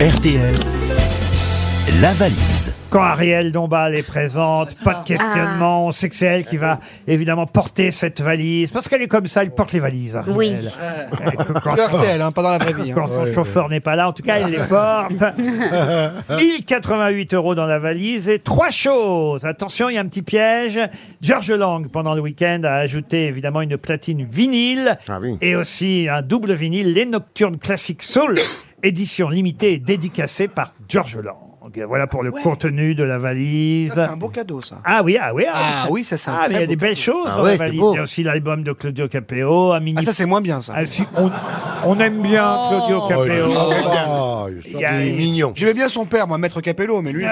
RTL, la valise. Quand Ariel Dombal est présente, pas de questionnement, on sait que c'est elle qui va évidemment porter cette valise, parce qu'elle est comme ça, elle porte les valises. Ariel. Oui. Euh, Quand, Le RTL, hein, pas dans la vraie vie. hein. quand son chauffeur n'est pas là, en tout cas, elle les porte. 1088 euros dans la valise et trois choses. Attention, il y a un petit piège. George Lang, pendant le week-end, a ajouté évidemment une platine vinyle Ah oui. et aussi un double vinyle, les Nocturnes Classic Soul, édition limitée et dédicacée par George Lang. Voilà pour le contenu de la valise. C'est un beau cadeau, ça. Ah oui, ah oui. Ah ça- oui, ça, c'est un Ah, mais il y a très des beau belles cadeau. choses Ah dans ouais, la c'est valise. beau. Il y a aussi l'album de Claudio Capéo, un mini. Ah, ça, c'est moins bien, ça. Ah, si, on, on aime bien Claudio Oh, il est Capéo. oh, il est Il y a- mignon. J'aimais bien son père, moi, Maître Capello, mais lui.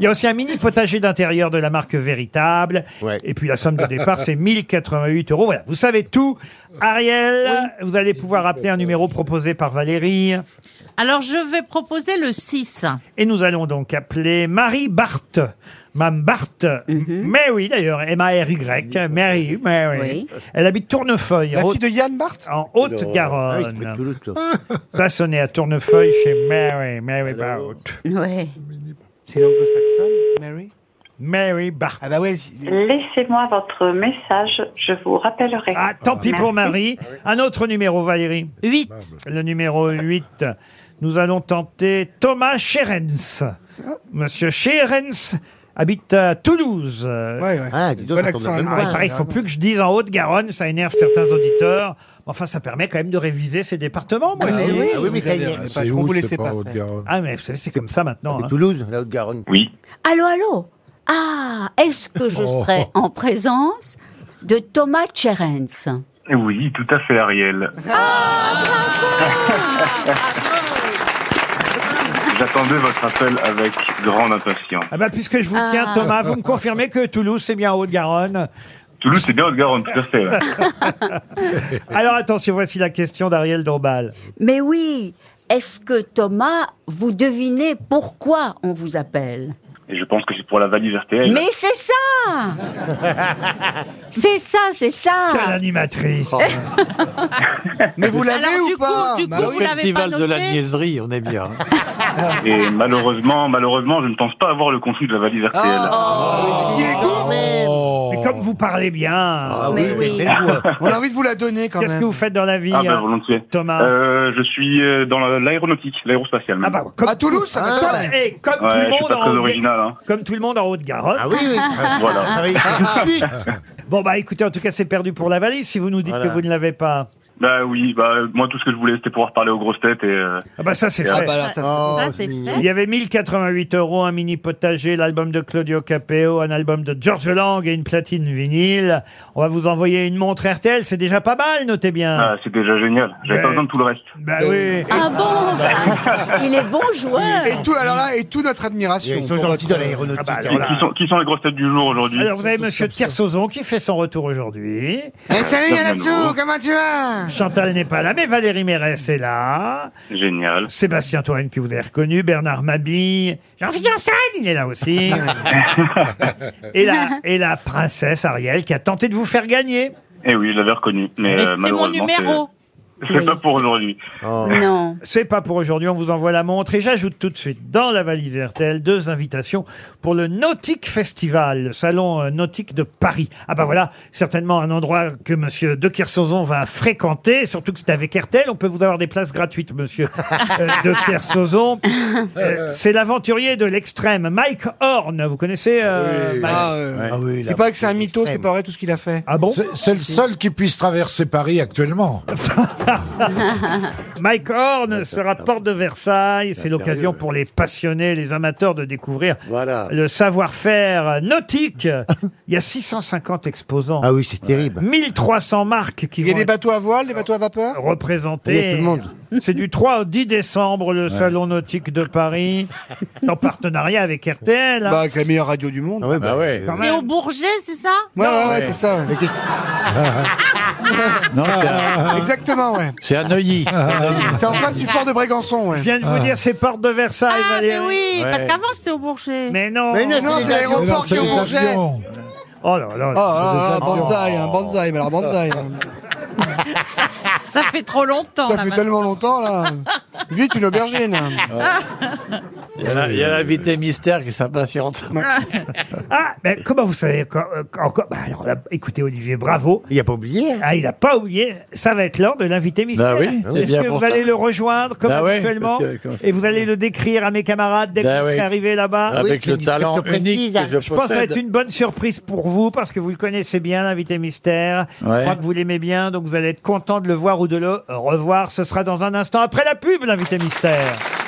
Il y a aussi un mini potager d'intérieur de la marque Véritable. Ouais. Et puis la somme de départ, c'est 1088 euros. Voilà, vous savez tout. Ariel, vous allez pouvoir appeler un numéro proposé par Valérie. Alors, je vais proposer le 6. Et nous allons donc appeler Marie Barthes. Mme Barthes, Mary d'ailleurs, M-A-R-Y, Mary, Mary. Oui. Elle habite Tournefeuille, La en fille de Yann Barthes en Ah, il se Haute-Garonne. fait tout le tour. Ça sonnait à Tournefeuille chez Mary, Mary Barthes. Ouais. C'est l'anglo-saxonne, Mary Mary Barthes. Ah, bah ouais. c'est- Laissez-moi votre message, je vous rappellerai. Ah, tant pis pour Marie. Un autre numéro, Valérie. 8. Le numéro 8. Nous allons tenter Thomas Scherens. Monsieur Scherens habite à Toulouse. Euh, Ouais, ouais. Ah, dis donc, Bon ça tombe accent dans le allemand. même Il paraît qu'il faut plus que je dise en Haute-Garonne, ça énerve certains auditeurs. Enfin, ça permet quand même de réviser ces départements. moi, je dis. Ah oui, mais ça y est. Pas- on vous laissez pas. faire. Ah, mais vous savez, c'est comme ça maintenant. hein. Toulouse, la Haute-Garonne. Allô, allô Ah, est-ce que je serai en présence de Thomas Cherens Oui, tout à fait, Ariel. Ah, Ah, J'attendais votre appel avec grande impatience. Ah bah, puisque je vous tiens, Thomas, vous me confirmez que Toulouse, c'est bien en Haute-Garonne. Toulouse, c'est bien Haute-Garonne, tout à fait. ouais. Alors, attention, voici la question d'Ariel Dombal. Mais oui, est-ce que Thomas, vous devinez pourquoi on vous appelle Et je pense que c'est pour la valise RTL. Mais c'est ça C'est ça, c'est Ah. Quelle ça animatrice Oh. Mais vous l'avez Alors, ou du pas coup, du Bah coup, oui. vous l'avez pas noté. niaiserie, on est bien. Et malheureusement, malheureusement, je ne pense pas avoir le contenu de la valise RTL. Oh. Il est con. Mais comme vous parlez Ah bien, Mais oui. On a envie de vous la donner quand qu'est-ce que même. vous faites dans la vie, ah ben hein, volontiers. Thomas Euh, je suis euh, dans la- l'aéronautique, l'aérospatiale. même. Ah bah, comme À Toulouse, ça va comme- pas mal. eh, comme tout ouais, le je suis monde pas en très Haute- original. Hein. comme tout le monde en Haute-Garonne. Ah oui, oui. Voilà. Ah oui, c'est tout de suite. Bon bah écoutez, en tout cas c'est perdu pour la valise si vous nous dites Voilà. que vous ne l'avez pas. Bah oui, bah moi tout ce que je voulais, c'était pouvoir parler aux grosses têtes et. euh, Ah bah ça c'est Ah Ah, fait. bah là, ça, c'est- Ça, Oh, c'est Il fait. y avait 1088 euros, un mini potager, l'album de Claudio Capéo, un album de George Lang et une platine vinyle. On va vous envoyer une montre RTL, c'est déjà pas mal, notez bien. ah, c'est déjà génial. J'avais Ouais. pas besoin de tout le reste. Bah Euh, oui. Ah bon Oh. Il est bon joueur Et tout, alors là, et toute notre admiration. Ils sont pour gentils votre- dans l'aéronautique. Ah bah, Et qui, sont, qui sont les grosses têtes du jour aujourd'hui Alors vous avez Monsieur Kersozon qui fait son retour aujourd'hui. Eh, salut Fernando. Yanatsu, comment tu vas Chantal n'est pas là, mais Valérie Mérès est là. Génial. Sébastien Toine que vous avez reconnu, Bernard Mabille, Jean-Philippe Janssen, il est là aussi. et, la, et la princesse Ariel qui a tenté de vous faire gagner. Eh oui, je l'avais reconnu. Mais Mais, euh, c'était mon malheureusement, c'est- numéro. C'est Oui. pas pour aujourd'hui. Non. C'est pas pour aujourd'hui, on vous envoie la montre et j'ajoute tout de suite dans la valise RTL deux invitations pour le Nautique Festival, le salon euh, nautique de Paris. Ah bah voilà, certainement un endroit que monsieur de Kersozon va fréquenter, surtout que c'est avec RTL, on peut vous avoir des places gratuites monsieur euh, de Kersozon. Euh, c'est l'aventurier de l'extrême Mike Horn, vous connaissez euh, Mike Ah, euh, Ah oui, Il là. paraît que c'est un mytho, c'est pas vrai tout ce qu'il a fait. Ah bon C'est c'est le seul qui puisse traverser Paris actuellement. Mike Horn sera porte de Versailles. C'est l'occasion pour les passionnés, les amateurs de découvrir Voilà. le savoir-faire nautique. Il y a 650 exposants, Ah oui, c'est terrible. 1300 marques qui Il y a vont des être bateaux à voile, des bateaux à Ah vapeur représentées. Il y a tout le monde. C'est du 3 au 10 décembre, le Salon Nautique de Paris, en partenariat avec RTL. hein. Bah, avec la meilleure radio du monde. Ah oui, bah, ouais. Quand C'est même. au Bourget, c'est ça Ouais, ouais, ouais, c'est ça. ouais. Non, c'est à- Exactement, ouais. c'est à Neuilly. C'est en face du fort de Brégançon, ouais. Je viens de Ah. vous dire, c'est porte de Versailles, Ah, mais Valérie. oui, Ouais. parce qu'avant, c'était au Bourget. Mais non. Mais non, Non, les c'est avions. l'aéroport Alors, qui est c'est au les Bourget. avions. Oh là là. Ah, ah, ah, bonsaï, hein, bonsaï, mais alors bonsaï. hein. Ça fait trop longtemps. là, Ça fait maintenant. tellement longtemps, là. Vite une aubergine. Il y a la- il y a l'invité mystère qui s'impatiente. Ah, mais comment vous savez encore, euh, encore- bah, alors là, Écoutez, Olivier, bravo. Il a pas oublié. Ah, il n'a pas oublié. Ça va être l'heure de l'invité mystère. Bah oui, c'est Est-ce bien que pour vous ça. allez le rejoindre comme Bah oui, habituellement parce que- comme ça. et vous allez le décrire à mes camarades dès Bah que vous oui. serez arrivé là-bas oui, Avec c'est le une description talent unique précise, hein. que je Je pense que ça va être possède. une bonne surprise pour vous parce que vous le connaissez bien, l'invité mystère. Je Ouais. crois que vous l'aimez bien, donc vous allez être content de le voir ou de le revoir. Ce sera dans un instant après la pub, l'invité mystère.